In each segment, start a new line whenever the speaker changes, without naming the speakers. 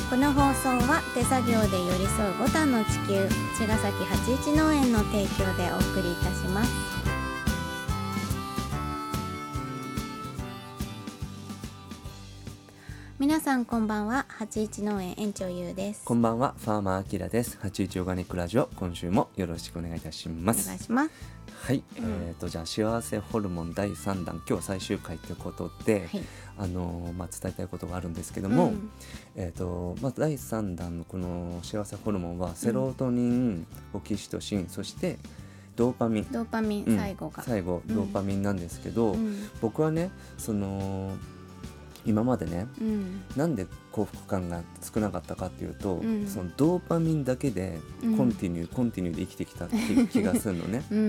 送は手作業で寄り添うボタンの地球茅ヶ崎八一農園の提供でお送りいたします皆さんこんばんは八一農園園長ゆうです
こんばんは、ファーマーアキラです。八一オーガニックラジオ、今週もよろしくお願いいたしま
お願い
す。
します
はい、えっ、と、じゃあ、幸せホルモン第三弾、今日は最終回ということで。
はい
あのーまあ、伝えたいことがあるんですけど
う
も、
ん
えっ、と、まあ、第三弾のこの幸せホルモンはセロトニン、オキシトシン、そして。ドーパミン、
ドーパミン
うん
最後が、
最後、
うん
ドーパミンなんですけど、
うん
僕はね、その。今までね、
うん
なんで幸福感が少なかったかっていうと、
うん
そのドーパミンだけで
うん。
コンティニュー、コンティニューで生きてきたっていう気がするのね
うん、
う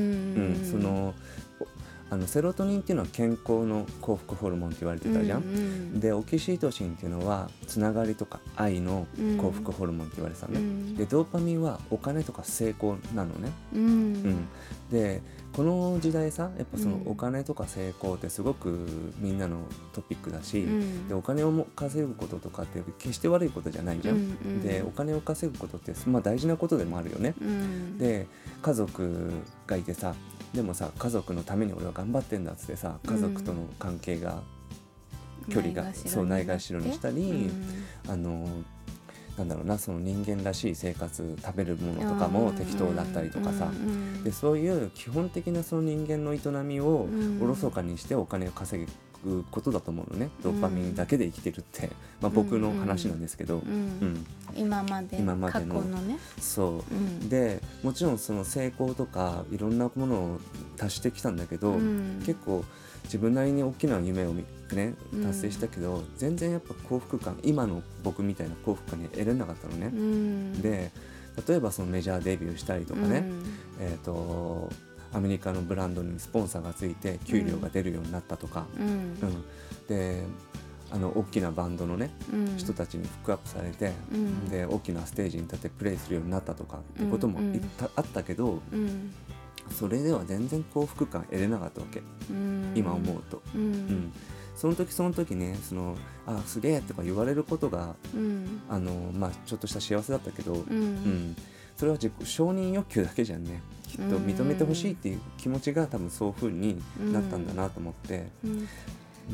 んそのおあのセロトニンっていうのは健康の幸福ホルモンって言われてたじゃん。
ん
でオキシトシンっていうのはつながりとか愛の幸福ホルモンって言われてたのね。
うん
でドーパミンはお金とか成功なのね。
う
うんん、でこの時代さやっぱその
うん
お金とか成功ってすごくみんなのトピックだし、
うん
でお金をも稼ぐこととかって決して悪いことじゃないじゃん。
うんうん
でお金を稼ぐことって、まあ、大事なことでもあるよね。
うん、
で家族がいてさでもさ家族のために俺は頑張ってんだっつってさ家族との関係が、距離が
ないがしろになって
そうないがしろにしたり
うん
あのなんだろうなその人間らしい生活食べるものとかも適当だったりとかさ、
うんうん
でそういう基本的なその人間の営みを
うん
おろそかにしてお金を稼ぐことだと思うのね、ドーパミンだけで生きてるって、まあ、僕の話なんですけど、
う
うんん
今まで
今までの
過去のね、
そううんでもちろんその成功とかいろんなものを足してきたんだけど、
うん
結構自分なりに大きな夢をみね
うん
達成したけど、全然やっぱ幸福感今の僕みたいな幸福感に得れなかったのね。
うん、
で例えばそのメジャーデビューしたりとかね、えっ、とアメリカのブランドにスポンサーがついて給料が出るようになったとか、
うん、うん
うんであの大きなバンドのね
うん
人たちにフックアップされて、
うん
で大きなステージに立ってプレイするようになったとかってことも
うんうん
いったあったけど
うん
それでは全然幸福感得れなかったわけ
うん、
今思うと、
う
うん
ん、
その時その時ねその「あすげえ」とか言われることが
うん
あの、まあ、ちょっとした幸せだったけど、
う
うんんそれは自己承認欲求だけじゃんねきっと認めてほしいっていう気持ちが多分そういう風になったんだなと思って。
うん
うん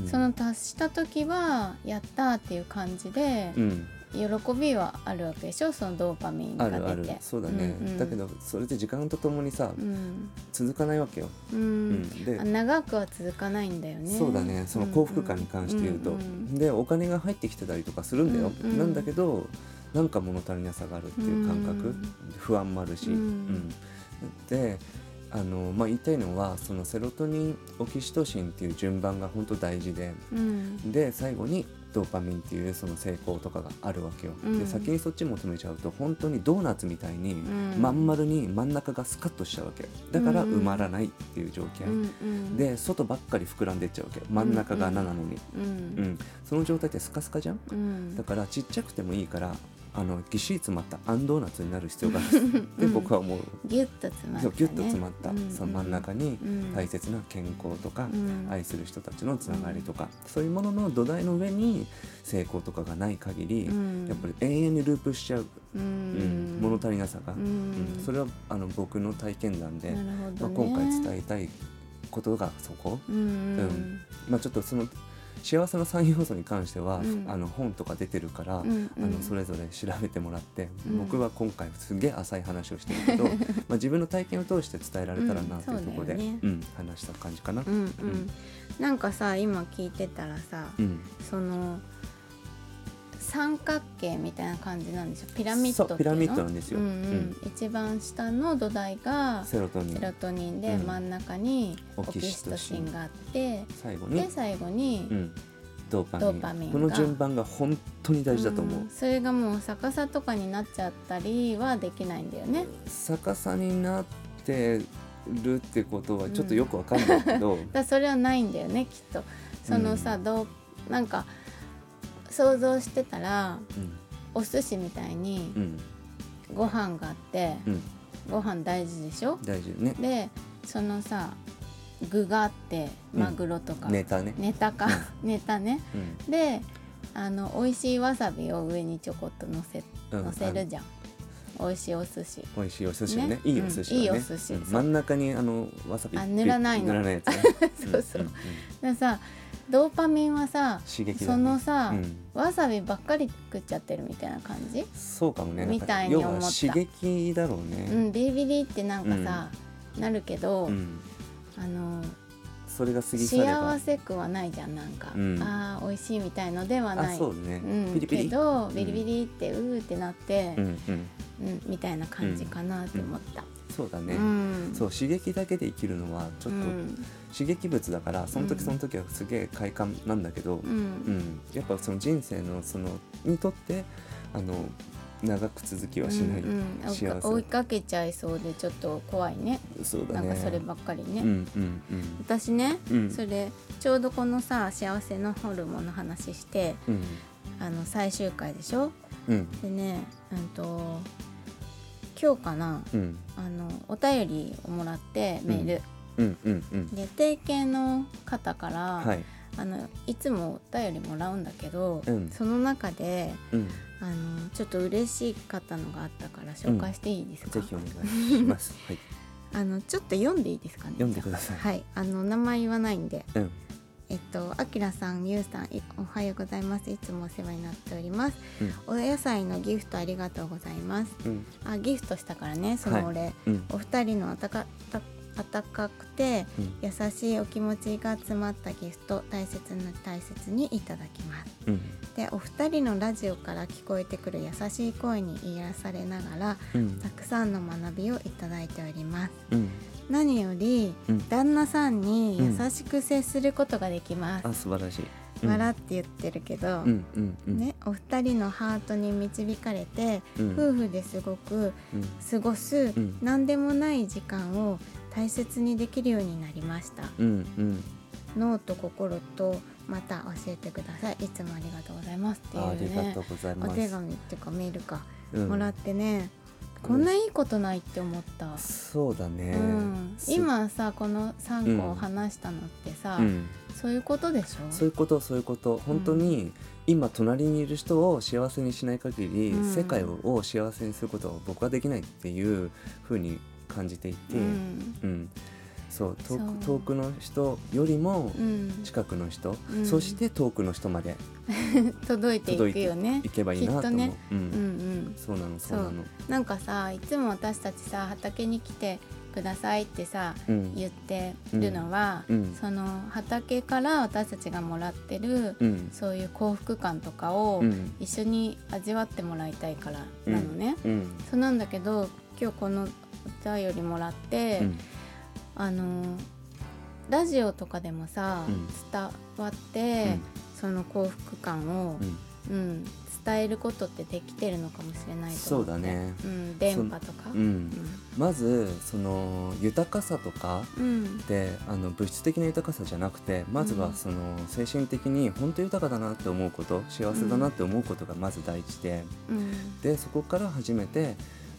その達した時はやったーっていう感じで、
うん、
喜びはあるわけでしょそのドーパミンが
あ
出て
るあるそうだね、
んん
だけどそれって時間とともにさ、
うん、
続かないわけよ、
う
うんんで
あ長くは続かないんだよね
そうだねその幸福感に関して言うと、
んん
でお金が入ってきてたりとかするんだよ、
うんうん
なんだけどなんか物足りなさがあるっていう感
う
覚、
ん
不安もあるし、
うん
うんであの、まあ、言いたいのはそのセロトニンオキシトシンっていう順番が本当大事で
うん
で最後にドーパミンっていうその成功とかがあるわけよ、
うん
で先にそっち求めちゃうと本当にドーナツみたいに、
ん
まん丸に真ん中がスカッとしちゃうわけだから埋まらないっていう状況、
うんうん、
で外ばっかり膨らんでっちゃうわけ真ん中が7なのに、
う
うん
ん
その状態ってスカスカじゃん
うん
だからちっちゃくてもいいからあのぎっしり詰まったあんドーナツになる必要があ るって僕は思う、
ギュッと詰まった、
そう
ね、
ギュッと詰まった、
うん
その真ん中に
うん
大切な健康とか、
うん
愛する人たちのつながりとか、そういうものの土台の上に成功とかがない限り、
うん
やっぱり永遠にループしちゃう、
う
うん
ん
物足りなさが、
う
うん
ん
それはあの僕の体験談で、
なるほ
ま
ど
あ、
ね、
今回伝えたいことがそこ、
うんうん
まあ、ちょっとその幸せの3要素に関しては、
うん
あの本とか出てるから、
うんうん
あのそれぞれ調べてもらって、
うん
僕は今回すげえ浅い話をしてる けどまあ自分の体験を通して伝えられたらなっていうところで、
うんそうだよね
うん話した感じかな。
うんうんなんかさ今聞いてたらさ、
うん
その三角形みたいな感じなんでしょピラミッド
そ
っ
う
て
ピ
いう
ラ
の
ミッドなんですよ
うんうん一番下の土台がセ
セロトニン
ロトニンで、
うん
真ん中にオ
オ
キ
キ
シ
シ
ト
ト
シ
シン
ンがあって
最後に
で、最後に、
うん、ドーパミン
ドーパミンが
この順番が本当に大事だと思う、
んそれがもう逆さとかになっちゃったりはできないんだよね
逆さになってるってことはちょっとよくわかんない けど、
だからそれはないんだよねきっとそのさ、
う
どうなんか想像してたら
うん
お寿司みたいに
うん
ご飯があって、
うん、
ご飯大事でしょ
大事よね
でそのさ具があってマグロとか、
ネタね、
ネタかネタね
うん
であの美味しいわさびを上にちょこっとのせ
うん
のせるじゃん、美味しいお寿司
美味しいお寿司ね
ね
いいお寿司だ
うんい
ね、
いお寿司
うん真ん中にあのわさび
あ塗らないの
塗らないやつね
そうそうん
んん
でさドーパミンはさ、
刺激
そ
だね
のさ、
うん
わさびばっかり食っちゃってるみたいな感じ、
そうかもね
みたいに思った
要は刺激だろう
う
ね、
ん、ビリビリってなんかさ、なるけど、
うん
あの
それが過ぎ去れば
幸せくはないじゃんなんか、
うん
あー美味しいみたいのではな
あ
い
そうね、
うん、
ピリピリ
けど
ん
ビリビリってうーってなって
う、んうん
うんみたいな感じかなって思った、
そうだ
うん
ね、そう刺激だけで生きるのはちょっ
うん
と刺激物だからその
う
時
ん
その時はすげえ快感なんだけど、
うん
うん、やっぱその人生のそのにとってあの長く続きはしない、
うんうん
幸せ
追っか追いかけちゃいそうでちょっと怖いね
そうだ
な
ね
んかそればっかりね、
うんうんうん
私ね、
うん
それちょうどこのさ幸せのホルモンの話して
うん
あの最終回でしょ
うん
でねうんと今日かな
うん
あのお便りをもらってメール、
うんうんうん
で定型の方から、
はい
あのいつもお便りもらうんだけど、
うん
その中で
うんぜ
あのちょっと嬉しかったのがあったから紹介していいですか、
ひお願い しますはい
あのちょっと読んでいいですかね
読んでください
じゃあはいあの名前言わないんで
うん
えっと、あきらさん、ゆうさん、いおはようございます。いつもお世話になっております。お野菜のギフトありがとうございます。
うん
あ、ギフトしたからね、そのお礼。
うん
お二人のあたか、た、温かくて。
うん
優しいお気持ちが詰まったギフト、大切に大切にいただきます。
うん
で、お二人のラジオから聞こえてくる優しい声に癒やされながら。
うん
たくさんの学びをいただいております。
うん
何より、
うん
旦那さんに優しく接することができます。
あ素晴らしいうん
笑って言ってるけど、
うんうんうん
ね、お二人のハートに導かれて、
うん
夫婦ですごく
うん
過ごす
うん
何でもない時間を大切にできるようになりました
うんうん
脳と心とまた教えてくださいいつもありがとうございますって
ああ
い
り
う
が
ね
とうござい
お
ます
手紙っていうかメールか、
うん
もらってねこんないいことないって思った、
そうだ
う
ね
ん、
す
今さこの3個
うん
話したのってさ、
うん
そういうことでしょ
そういうことそういうこと本当に、今隣にいる人を幸せにしない限り、
うん
世界を幸せにすることは僕はできないっていうふうに感じていて、
う
うん
ん
そう遠
そう
く遠くの人よりも
うん、
近くの人、
うん
そして遠くの人まで
届いて
届
いく
いて
よね
いけばいいな
き
と思う。
っとね
うん
うんうん
そうなのそうなの
なんかさいつも私たちさ畑に来てくださいってさ
うん
言ってるのは、
うんうん
その畑から私たちがもらってる、
うん
そういう幸福感とかを
うん
一緒に味わってもらいたいからなのね。
うん
そうなんだけど今日このお便りもらって、
うん
あのラジオとかでもさ、
うん
伝わって、
うん
その幸福感を、
うん
うん、伝えることってできてるのかもしれないと
そ
思
うだね
うん、電波とか。う
う
んん
まずその豊かさとか
うん
であの物質的な豊かさじゃなくてまず
う
は
ん
その精神的に本当に豊かだなって思うこと幸せだなって思うことがまず第一で、
うん
でそこから初めて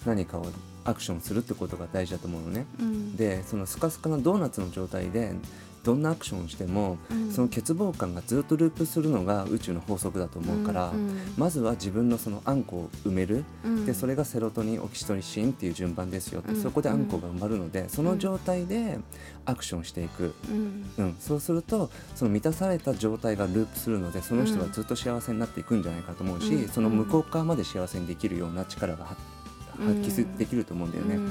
何かをアクションするってことが大事だと思うのね。
うん、
でそのスカスカなドーナツの状態でどんなアクションをしても
うん
その欠乏感がずっとループするのが宇宙の法則だと思うから、
うん
まずは自分のそのあんこを埋める
うん
でそれがセロトニンオキシトリシンっていう順番ですよって、
うん
そこであんこが埋まるのでその状態でアクションしていく、
うん
うん、そうするとその満たされた状態がループするのでその人がずっと幸せになっていくんじゃないかと思うし、
うん
その向こう側まで幸せにできるような力がは
うん
発揮すできると思うんだよね。
う
うん
んう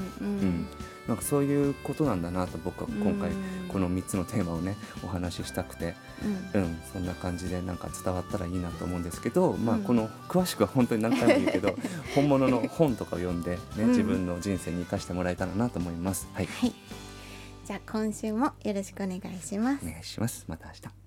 なんかそういうことなんだなと僕は今回
うん
この3つのテーマをねお話ししたくて、
ん
うん、そんな感じでなんか伝わったらいいなと思うんですけど、まあ、
うん
この詳しくは本当に何回も言うけ ど本物の本とかを読んで、ね、
うん
自分の人生に生かしてもらえたらなと思います。はい、
はいじゃあ今週もよろしくお願いします
お願いしますまた明日